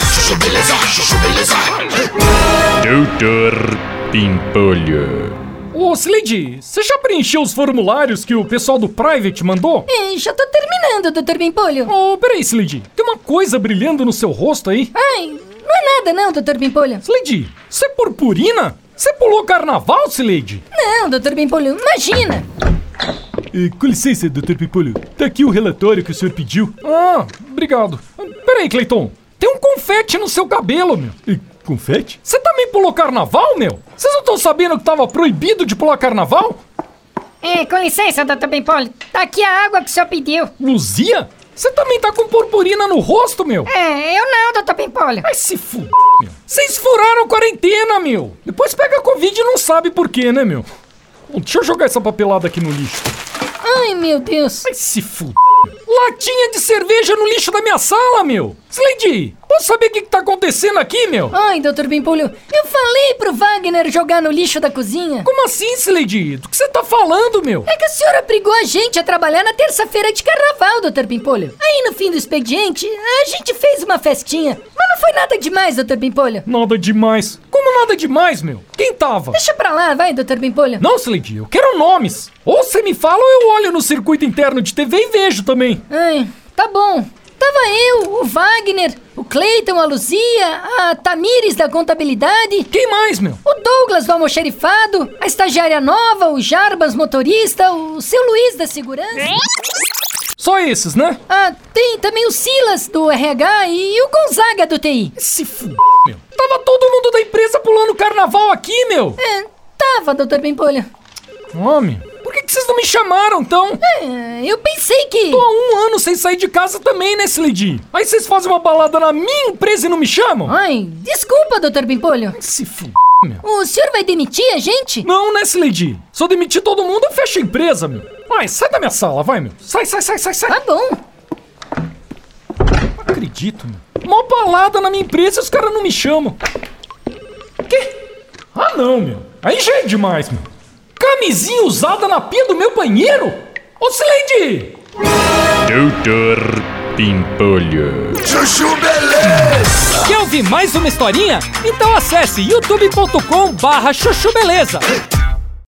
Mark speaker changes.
Speaker 1: Chuchu-beleza, chuchu-beleza.
Speaker 2: Doutor Pimpolho.
Speaker 3: Ô, Slade, você já preencheu os formulários que o pessoal do Private mandou?
Speaker 4: É, já tô terminando, Dr. Bimpolho.
Speaker 3: Ô, peraí, Slade, tem uma coisa brilhando no seu rosto aí.
Speaker 4: Ai, não é nada não, Dr. Bimpolho.
Speaker 3: Slade, isso é purpurina? Você pulou carnaval, Slade?
Speaker 4: Não, Dr. Bimpolho, imagina.
Speaker 3: com licença, Dr. Pimpolho. Tá aqui o relatório que o senhor pediu. Ah, obrigado. Peraí, Cleiton. Tem um confete no seu cabelo, meu. confete? Você também pulou carnaval, meu? Vocês não estão sabendo que tava proibido de pular carnaval?
Speaker 5: É, com licença, Dr. Pimpolho. Tá aqui a água que o senhor pediu.
Speaker 3: Luzia? Você também tá com purpurina no rosto, meu?
Speaker 5: É, eu não, Dr. Pimpolho.
Speaker 3: Vai se fu... meu. Vocês furaram a quarentena, meu. Depois pega a Covid e não sabe por quê, né, meu? Bom, deixa eu jogar essa papelada aqui no lixo.
Speaker 4: Ai, meu Deus.
Speaker 3: Vai se fu... Latinha de cerveja no lixo da minha sala, meu! Slade, posso saber o que, que tá acontecendo aqui, meu?
Speaker 4: Ai, Dr. Bimpolho, eu falei pro Wagner jogar no lixo da cozinha.
Speaker 3: Como assim, Slade? Do que você tá falando, meu?
Speaker 4: É que a senhora brigou a gente a trabalhar na terça-feira de carnaval, Dr. Bimpolho. Aí no fim do expediente, a gente fez uma festinha. Mas não foi nada demais, Dr. Bimpolho.
Speaker 3: Nada demais. Como nada demais, meu? Quem tava?
Speaker 4: Deixa pra lá, vai, Dr. Bimpolho.
Speaker 3: Não, Slade, eu quero nomes. Ou você me fala ou eu olho no circuito interno de TV e vejo também.
Speaker 4: Ai, tá bom. Tava eu, o Wagner, o Cleiton, a Luzia, a Tamires da contabilidade,
Speaker 3: Quem mais, meu?
Speaker 4: o Douglas do almoxerifado, a estagiária nova, o Jarbas motorista, o seu Luiz da segurança.
Speaker 3: Só esses, né?
Speaker 4: Ah, tem também o Silas do RH e o Gonzaga do TI.
Speaker 3: Se f... meu. Tava todo mundo da empresa pulando carnaval aqui, meu!
Speaker 4: É, tava, doutor Pimpolho.
Speaker 3: Homem, por que, que vocês não me chamaram, então?
Speaker 4: É, eu pensei que.
Speaker 3: Tô há um ano sem sair de casa também, né, Slade? Aí vocês fazem uma balada na minha empresa e não me chamam?
Speaker 4: Ai, desculpa, doutor Pimpolho.
Speaker 3: Se f... meu.
Speaker 4: O senhor vai demitir a gente?
Speaker 3: Não, né, Slade? Se eu demitir todo mundo, eu fecho a empresa, meu. Vai, sai da minha sala, vai, meu. Sai, sai, sai, sai, sai.
Speaker 4: Tá bom.
Speaker 3: Não acredito, meu. Mó balada na minha empresa e os caras não me chamam. Quê? Ah, não, meu. Aí já é demais, meu. Camisinha usada na pia do meu banheiro? Ô, Slade!
Speaker 2: Doutor Pimpolho.
Speaker 1: Chuchu-beleza.
Speaker 3: Quer ouvir mais uma historinha? Então acesse youtube.com barra chuchu beleza.